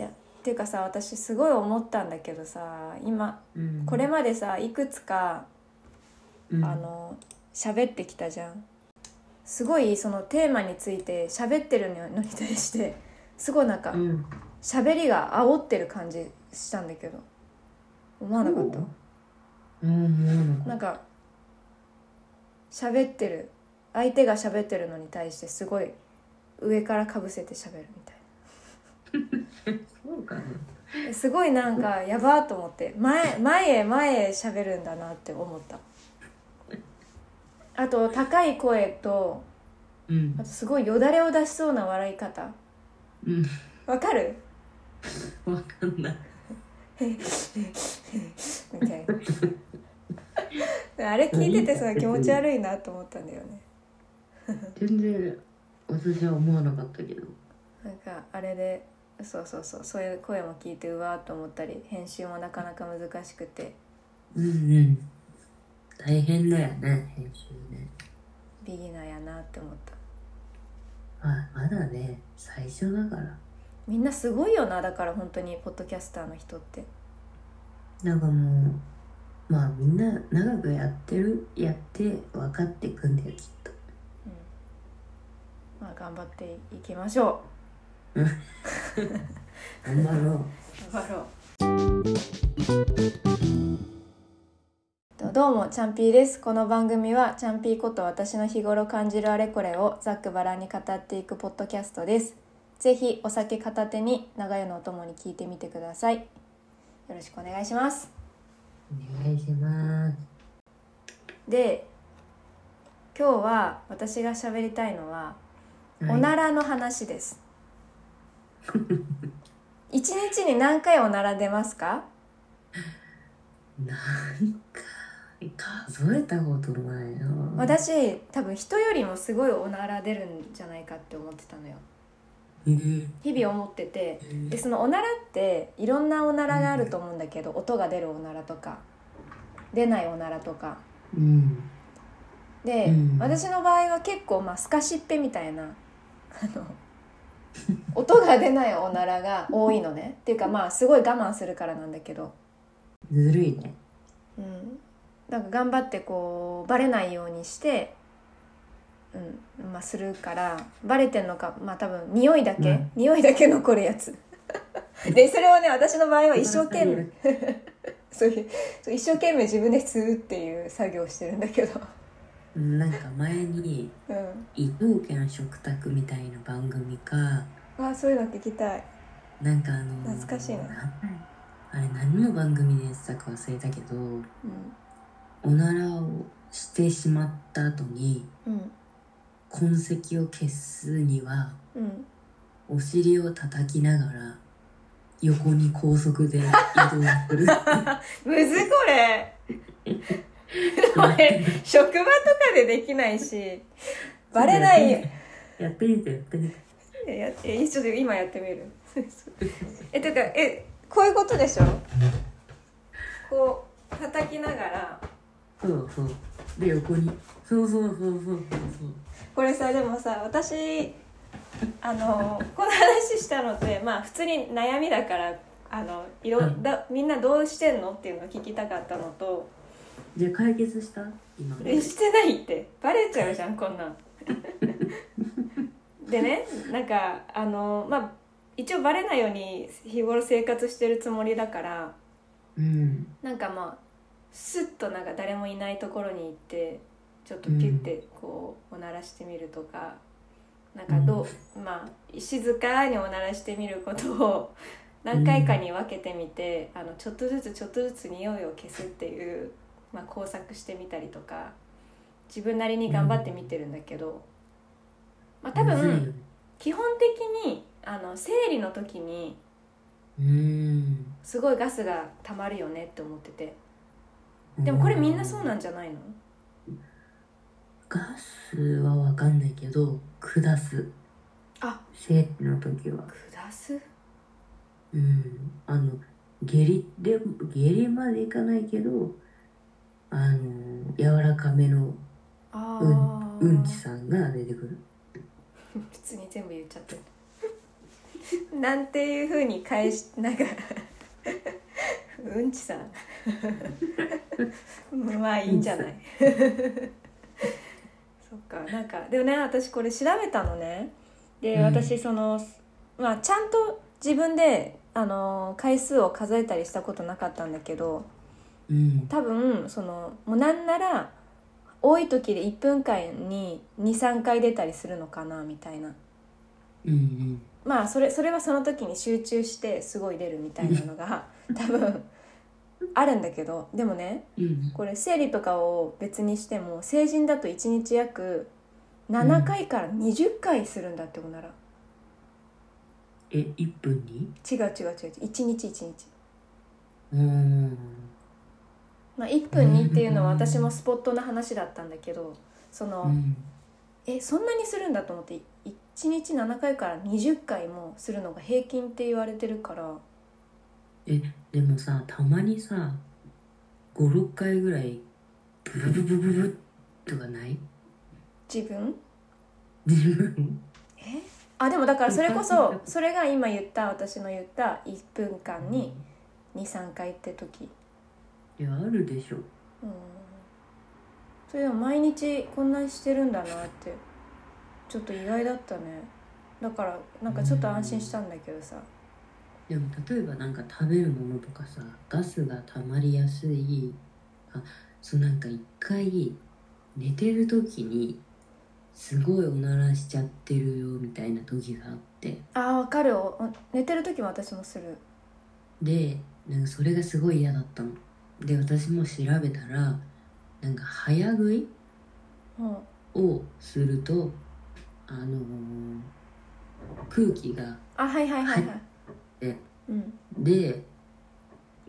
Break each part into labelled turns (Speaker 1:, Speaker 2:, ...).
Speaker 1: っていうかさ私すごい思ったんだけどさ今
Speaker 2: うん
Speaker 1: これまでさいくつか
Speaker 2: うん
Speaker 1: あの喋ってきたじゃんすごいそのテーマについて喋ってるのに対してすごいなんか
Speaker 2: うん
Speaker 1: 喋りが煽ってる感じしたんだけど思わなかった
Speaker 2: うんうん
Speaker 1: なんか喋ってる相手が喋ってるのに対してすごい上からかぶせて喋るみたい
Speaker 2: そうかな
Speaker 1: なえすごいなんかやばーと思って前前へ前へ喋るんだなって思ったあと高い声と
Speaker 2: うん
Speaker 1: あとすごいよだれを出しそうな笑い方
Speaker 2: うん
Speaker 1: わかる
Speaker 2: わかんない
Speaker 1: みたいなあれ聞いててさ気持ち悪いなと思ったんだよね
Speaker 2: 全然私は思わなかったけど
Speaker 1: なんかあれでそうそうそうそういう声も聞いてうわーっと思ったり編集もなかなか難しくて
Speaker 2: うんうん大変だよね編集ね
Speaker 1: ビギナーやなって思った
Speaker 2: まあまだね最初だから
Speaker 1: みんなすごいよなだから本当にポッドキャスターの人って
Speaker 2: なんかもうまあみんな長くやってるやって分かってくんだよきっと
Speaker 1: うんまあ頑張っていきましょ
Speaker 2: 頑張ろ
Speaker 1: う頑張ろうとどうもチャンピーですこの番組はチャンピーこと私の日頃感じるあれこれをざっくばらんに語っていくポッドキャストですぜひお酒片手に長夜のお供に聞いてみてくださいよろしくお願いします
Speaker 2: うお願いします
Speaker 1: で今日は私が喋りたいのは、
Speaker 2: はい
Speaker 1: おならの話です 一日に何回おなら出ますか
Speaker 2: なんか数えたことないな
Speaker 1: 私多分人よりもすごいおなら出るんじゃないかって思ってたのよ
Speaker 2: うん
Speaker 1: 日々思っててでそのおならっていろんなおならがあると思うんだけど音が出るおならとか出ないおならとか
Speaker 2: うん
Speaker 1: で、
Speaker 2: うん
Speaker 1: 私の場合は結構まあすかしっぺみたいなあの音が出ないおならが多いのねっていうかまあすごい我慢するからなんだけど、
Speaker 2: ずるいね
Speaker 1: うん、なんか頑張ってこうバレないようにして、うんまあ、するからバレてんのかまあ多分匂いだけ、
Speaker 2: うん
Speaker 1: 匂いだけ残るやつ でそれをね私の場合は一生懸命そういうそう一生懸命自分で吸うっていう作業をしてるんだけど、
Speaker 2: なんか前に
Speaker 1: うん、
Speaker 2: 伊藤家の食卓みたいな番組か
Speaker 1: あーそういうの聞きたい
Speaker 2: なんかあの
Speaker 1: 懐かしいな
Speaker 2: あれ何の番組のやつだか忘れたけど
Speaker 1: う
Speaker 2: おならをしてしまった後に
Speaker 1: んうん
Speaker 2: 痕跡を消すには
Speaker 1: うん
Speaker 2: お尻を叩きながら横に高速で移動する
Speaker 1: むずこ れ これ職場とかでできないし バレないよ
Speaker 2: やってみてやってみて
Speaker 1: えやえちょっと今やってみる えてかえこういうことでしょこう叩きながら
Speaker 2: そうそうで横にそうそうそうそうそう
Speaker 1: これさでもさ私あのこの話したのってまあ普通に悩みだからあのいろ
Speaker 2: うん
Speaker 1: だみんなどうしてんのっていうのを聞きたかったのと
Speaker 2: じゃあ解決した今
Speaker 1: えしてないってバレちゃうじゃんこんなん でねなんかあのまあ一応バレないように日頃生活してるつもりだから
Speaker 2: うん
Speaker 1: なんかまあスッとなんか誰もいないところに行ってちょっとピュッてこうおならしてみるとか、なんかどう、まあ静かにおならしてみることを何回かに分けてみて、あのちょっとずつちょっとずつ匂いを消すっていう、まあ、工作してみたりとか自分なりに頑張ってみてるんだけど、まあ、多
Speaker 2: むずいよ
Speaker 1: 分
Speaker 2: ね
Speaker 1: 基本的にあの生理の時に
Speaker 2: うん
Speaker 1: すごいガスが溜まるよねって思ってて。でもこれみんなそう
Speaker 2: の
Speaker 1: なんじゃないの
Speaker 2: ガスはわかんないけど下す
Speaker 1: あ
Speaker 2: 生理の時は
Speaker 1: 下す
Speaker 2: うんあの下痢で下痢までいかないけどあの柔らかめの
Speaker 1: あ
Speaker 2: うん
Speaker 1: ー
Speaker 2: うんちさんが出てくる
Speaker 1: 普通に全部言っちゃってる なんていうふうに返しなんかうんちさん まあいいんじゃないそっかなんかでもね私これ調べたのねで、
Speaker 2: うん
Speaker 1: 私そのまあちゃんと自分であの回数を数えたりしたことなかったんだけど
Speaker 2: うん
Speaker 1: 多分そのもうなんなら多い時で1分間に23回出たりするのかなみたいな
Speaker 2: うん
Speaker 1: まあそれそれはその時に集中してすごい出るみたいなのが多分あるんだけどでもね
Speaker 2: うんうん
Speaker 1: これ生理とかを別にしても成人だと1日約7回から20回するんだっておなら、
Speaker 2: え一分に
Speaker 1: 違う違う違う違う1日1日、
Speaker 2: うん
Speaker 1: まあ、1分にっていうのは
Speaker 2: うん
Speaker 1: 私もスポットの話だったんだけどその、
Speaker 2: うん
Speaker 1: えそんなにするんだと思って1日7回から20回もするのが平均って言われてるから
Speaker 2: でもさたまにさ56回ぐらいブブブブブブとかない
Speaker 1: 自分
Speaker 2: 自分
Speaker 1: えあでもだからそれこそそれが今言った私の言った1分間に23回って時
Speaker 2: いやあるでしょ
Speaker 1: うんそれでも毎日こんなにしてるんだなってちょっと意外だったねだからなんかちょっと安心したんだけどさ
Speaker 2: でも例えばなんか食べるものとかさガスが溜まりやすいあそうなんか一回寝てる時にすごいおならしちゃってるよみたいな時があって
Speaker 1: あーわかるおお寝てる時も私もする
Speaker 2: でなんかそれがすごい嫌だったので私も調べたらなんか早食い
Speaker 1: うん
Speaker 2: をするとあのー空気が
Speaker 1: あはいはいはいは
Speaker 2: はいえ
Speaker 1: うん
Speaker 2: で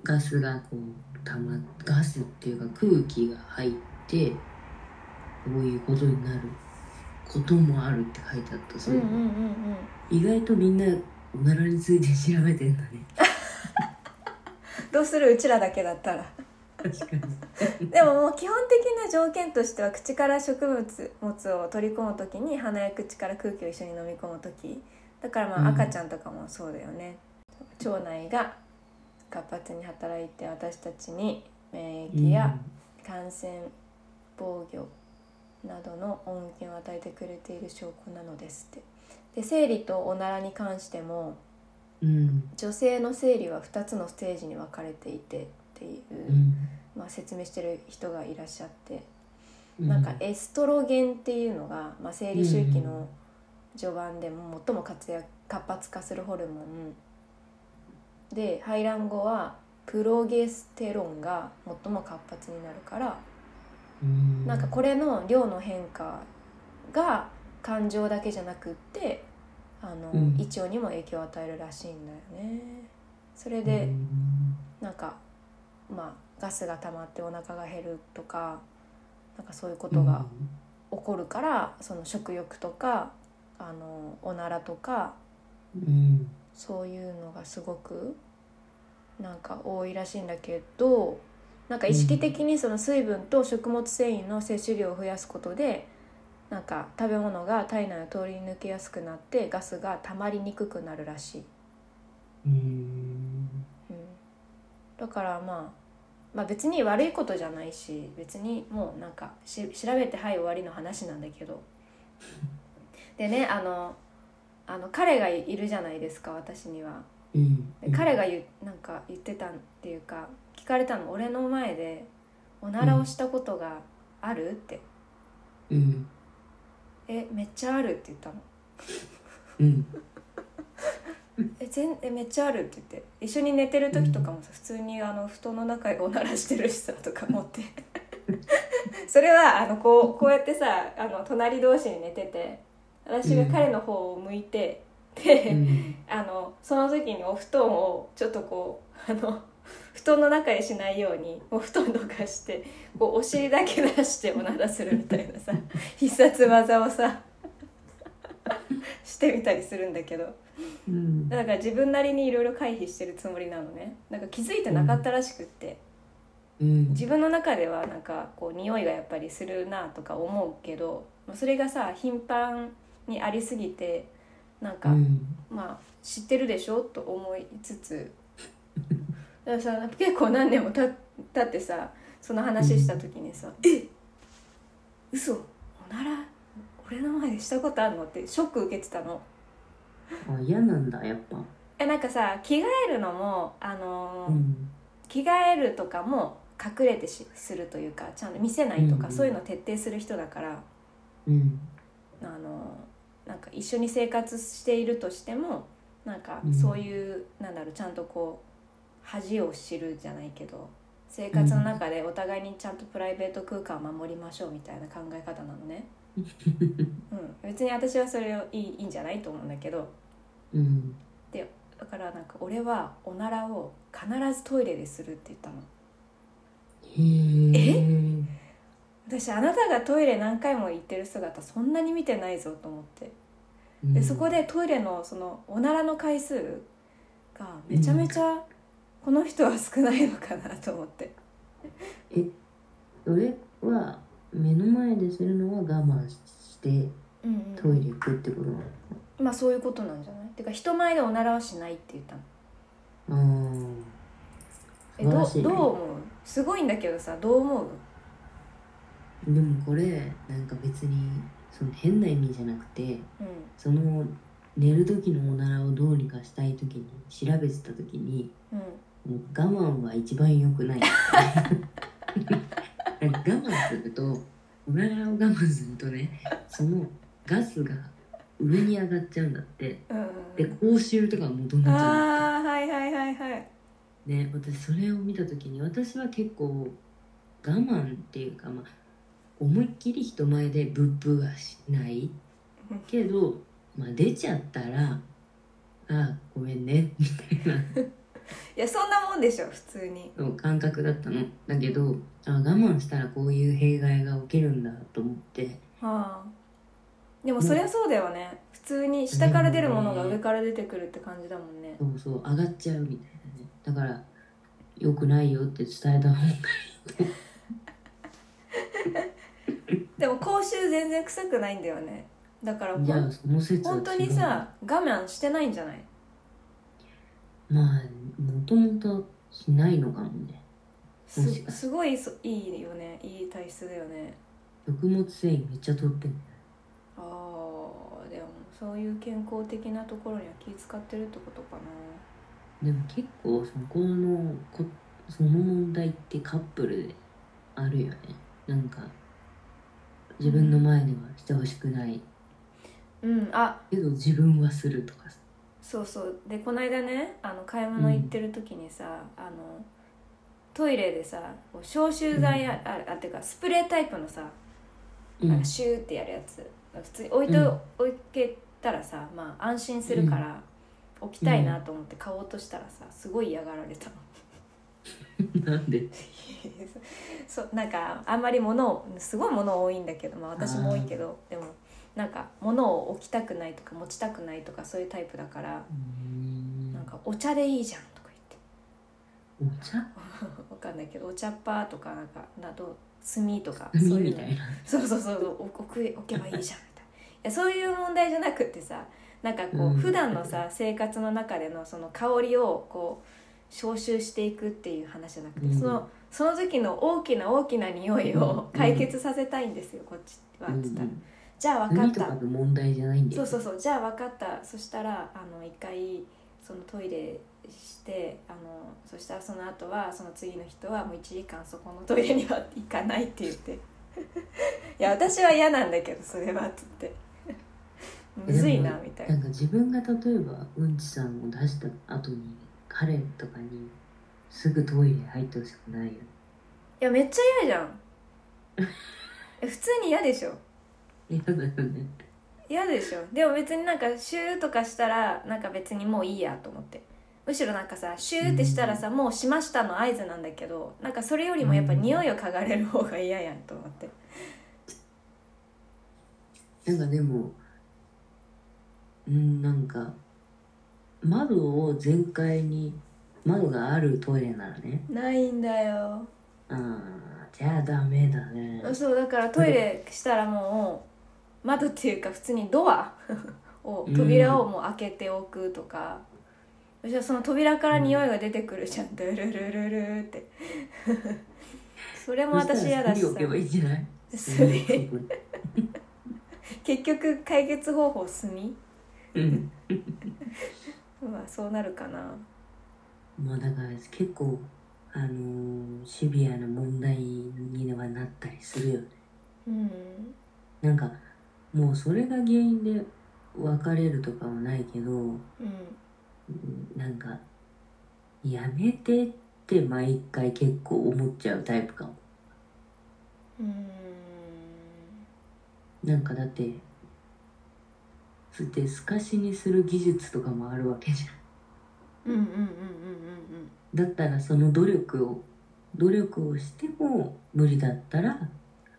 Speaker 2: ガスがこうたまガスっていうか空気が入ってこういうことになることもあるって書いてあった
Speaker 1: う
Speaker 2: そ
Speaker 1: ん
Speaker 2: れ
Speaker 1: うんうんうん
Speaker 2: 意外とみんなおならについて調べてんだね
Speaker 1: どうするうちらだけだ ったら
Speaker 2: 確かに
Speaker 1: でももう基本的な条件としては口から植物物を取り込む時に鼻や口から空気を一緒に飲み込む時だからまあ
Speaker 2: うん
Speaker 1: 赤ちゃんとかもそうだよね、腸内が活発に働いて私たちに免疫や感染防御などの恩恵を与えてくれている証拠なのですってで生理とおならに関しても
Speaker 2: うん
Speaker 1: 女性の生理は2つのステージに分かれていてっていうう、
Speaker 2: ん
Speaker 1: まあ、説明してる人がいらっしゃって
Speaker 2: う
Speaker 1: なんかエストロゲンっていうのが、まあ、生理周期の序盤でも最も活躍活発化するホルモンで排卵後はプロゲステロンが最も活発になるから
Speaker 2: うん
Speaker 1: なんかこれの量の変化が感情だけじゃなくってあの、
Speaker 2: うん
Speaker 1: 胃腸にも影響を与えるらしいんだよね。それ
Speaker 2: れ
Speaker 1: でなんかまあガスが溜まってお腹が減るとかなんかそういうことが起こるからその食欲とかあのおならとか
Speaker 2: うん
Speaker 1: そういうのがすごくなんか多いらしいんだけどなんか意識的にその水分と食物繊維の摂取量を増やすことでなんか食べ物が体内を通り抜けやすくなってガスが溜まりにくくなるらしい。
Speaker 2: うん
Speaker 1: うん、だから、まあ、まあ別に悪いことじゃないし別にもうなんかし調べてはい終わりの話なんだけ どでねあのあの彼がいるじゃないですか私には。
Speaker 2: うん
Speaker 1: で彼が言うなんか言ってたっていうか聞かれたの俺の前で「おならをしたことがある?」って
Speaker 2: うん
Speaker 1: 「えめっちゃある」って言ったの。
Speaker 2: うん
Speaker 1: え全えめっちゃあるって言って一緒に寝てる時とかもさ、普通にあの布団の中でおならしてるしさとか思って それはあのこうこうやってさあの隣同士に寝てて私が彼の方を向いて、で、
Speaker 2: うん
Speaker 1: あのその時にお布団をちょっとこうあの布団の中でしないようにお布団どかしてこうお尻だけ出しておならするみたいなさ必殺技をさしてみたりするんだけど。
Speaker 2: うん
Speaker 1: だから自分なりにいろいろ回避してるつもりなのねなんか気づいてなかったらしくって、
Speaker 2: うん
Speaker 1: 自分の中ではなんかこう匂いがやっぱりするなとか思うけどまあそれがさ頻繁にありすぎてなん
Speaker 2: う
Speaker 1: か、
Speaker 2: ん
Speaker 1: まあ知ってるでしょと思いつつだからさ結構何年もた経ってさその話した時にさ「え嘘おなら俺の前でしたことあるの?」ってショック受けてたの。
Speaker 2: あ嫌なんだやっぱ
Speaker 1: えなんかさ着替えるのも、あのー
Speaker 2: うん
Speaker 1: 着替えるとかも隠れてしするというかちゃんと見せないとか、
Speaker 2: うん
Speaker 1: そういうの徹底する人だから、
Speaker 2: うん
Speaker 1: あのーなんか一緒に生活しているとしてもなんか
Speaker 2: うん
Speaker 1: そういう、なんだろうちゃんとこう恥を知るじゃないけど生活の中でお互いにちゃんとプライベート空間を守りましょうみたいな考え方なの ね。うん、別に私はそれをいいいいんじゃないと思うんだけど
Speaker 2: うん
Speaker 1: だからなんか俺はおならを必ずトイレでするって言ったの
Speaker 2: へえ
Speaker 1: 私あなたがトイレ何回も行ってる姿そんなに見てないぞと思ってでそこでトイレのそのおならの回数がめちゃめちゃこの人は少ないのかなと思って
Speaker 2: それは目の前でするのは我慢して
Speaker 1: うん
Speaker 2: トイレ行くってことなの
Speaker 1: まあそういうことなんじゃないてか人前でおならはしないって言ったの
Speaker 2: あー
Speaker 1: え
Speaker 2: 素晴らしい
Speaker 1: ど
Speaker 2: ね
Speaker 1: どう思うすごいんだけどさどう思う
Speaker 2: でもこれなんか別にその変な意味じゃなくて
Speaker 1: う
Speaker 2: その寝る時のおならをどうにかしたい時に調べてた時に
Speaker 1: ん
Speaker 2: もう我慢は一番良くないなんか我慢するとおならを我慢するとねそのガスが上に上がっちゃうんだって
Speaker 1: うんうんう
Speaker 2: で
Speaker 1: ん
Speaker 2: 口臭とかが元になっちゃうん
Speaker 1: あ
Speaker 2: だって
Speaker 1: あはいはいはいはい
Speaker 2: ね私それを見た時に私は結構我慢っていうか、まあ、思いっきり人前でブッブはしない
Speaker 1: うん
Speaker 2: けど、まあ、出ちゃったら「あごめんね」みたいない
Speaker 1: やそんなもんでしょ普通に
Speaker 2: の感覚だったのだけどあ我慢したらこういう弊害が起きるんだと思って
Speaker 1: はあでもそりゃそうだよね、普通に下から出るものが上から出てくるって感じだもんね、
Speaker 2: そうそう上がっちゃうみたいなねだから「よくないよ」って伝えた方 が
Speaker 1: でも口臭全然臭くないんだよねだからほん
Speaker 2: じゃあその説は違
Speaker 1: 本
Speaker 2: う
Speaker 1: 当にさ我慢してないんじゃない
Speaker 2: まあもともとしないのかもね
Speaker 1: す
Speaker 2: もしかして
Speaker 1: すごいそいいよねいい体質だよね
Speaker 2: 食物繊維めっちゃ取ってんの
Speaker 1: ああでもそういう健康的なところには気使ってるってことかな
Speaker 2: でも結構そこのこその問題ってカップルであるよねなんか自分の前ではしてほしくない
Speaker 1: うんあ
Speaker 2: けど自分はするとかさ
Speaker 1: そうそうでこの間ねあの買い物行ってる時にさ、あのトイレでさこう消臭剤や、ああてかスプレータイプのさ
Speaker 2: うん
Speaker 1: なんかシューってやるやつ普通に置いと、
Speaker 2: うん
Speaker 1: 置いてたらさ、まあ、安心するから置きたいなと思って買おうとしたらさすごい嫌がられたの
Speaker 2: なんで
Speaker 1: そうなんかあんまり物をすごい物多いんだけど、まあ、私も多いけどでもなんか物を置きたくないとか持ちたくないとかそういうタイプだから
Speaker 2: うーん
Speaker 1: なんかお茶でいいじゃんとか
Speaker 2: お茶
Speaker 1: 言ってわかんないけどお茶っ葉とかなんかなど炭とかそう
Speaker 2: 何
Speaker 1: い
Speaker 2: み
Speaker 1: う
Speaker 2: た
Speaker 1: の
Speaker 2: いな
Speaker 1: そうそうそうそう置く置けばいいじゃんみたいないやそういう問題じゃなくってさなんかこう、
Speaker 2: うん
Speaker 1: 普段のさ生活の中でのその香りをこう消臭していくっていう話じゃなくて、
Speaker 2: うん
Speaker 1: そのその時の大きな大きな匂いを
Speaker 2: うん
Speaker 1: 解決させたいんですよ、こっちはっつったら、
Speaker 2: うん
Speaker 1: じゃあ分か
Speaker 2: 海
Speaker 1: っ
Speaker 2: と
Speaker 1: た
Speaker 2: かの問題じゃないんだ
Speaker 1: そ
Speaker 2: よ
Speaker 1: うそうそうじゃあ分かったそしたらあの一回そのトイレしてあのそしたらその後はその次の人はもう1時間そこのトイレには行かないって言っていや私は嫌なんだけどそれはっつってむずいなみたい
Speaker 2: な
Speaker 1: なん
Speaker 2: か自分が例えばうんちさんを出した後に彼とかにすぐトイレ入ってほしくないよ
Speaker 1: いやめっちゃ嫌じゃんえ普通に嫌でしょ
Speaker 2: 嫌だよ ね
Speaker 1: 嫌でしょでも別になんかシューとかしたらなんか別にもういいやと思ってむしろなんかさシューってしたらさ、もうしましたの合図なんだけどなんかそれよりもやっぱ匂いを嗅がれる方が嫌やんと思って
Speaker 2: なんかでも、うん、なんか、窓を全開に、窓があるトイレならね、
Speaker 1: ないんだよ
Speaker 2: あーじゃあダメだね。
Speaker 1: そうだからトイレしたらもう窓っていうか普通にドア をを
Speaker 2: うん
Speaker 1: 扉をもう開けておくとか、そしたらその扉から匂いが出てくるじゃん、ドゥルルルルってそれも私嫌だし
Speaker 2: そ
Speaker 1: さ
Speaker 2: したらスリ置けばいいんじゃない
Speaker 1: 炭
Speaker 2: うんそこ
Speaker 1: 結局解決方法炭
Speaker 2: にうん
Speaker 1: うわそうなるかな
Speaker 2: まあだから結構あのーシビアな問題にはなったりするよね
Speaker 1: うん
Speaker 2: なんかもうそれが原因で別れるとかはないけど
Speaker 1: うん
Speaker 2: うんなんかやめてって毎回結構思っちゃうタイプかも
Speaker 1: うん
Speaker 2: なんかだってそれって透かしにする技術とかもあるわけじゃん
Speaker 1: うんうんうんうん
Speaker 2: だったらその努力を努力をしても無理だったら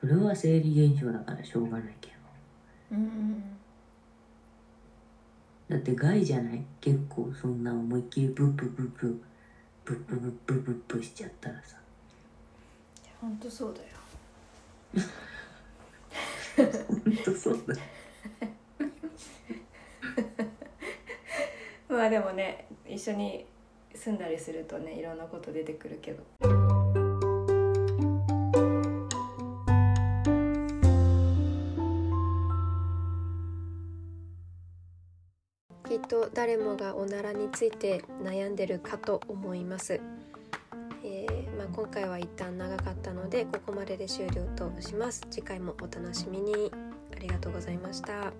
Speaker 2: それは生理現象だからしょうがないけ
Speaker 1: うんうんうんうん
Speaker 2: どだって害じゃない結構そんな思いっきりブッブブッブブッブブッブブッブしちゃったらさ
Speaker 1: 本当そうだよ
Speaker 2: 本当そうだ
Speaker 1: まあでもね一緒に住んだりするとねいろんなこと出てくるけどきっと誰もがおならについて悩んでるかと思います、えーまあ、今回は一旦長かったのでここまでで終了とします次回もお楽しみにありがとうございました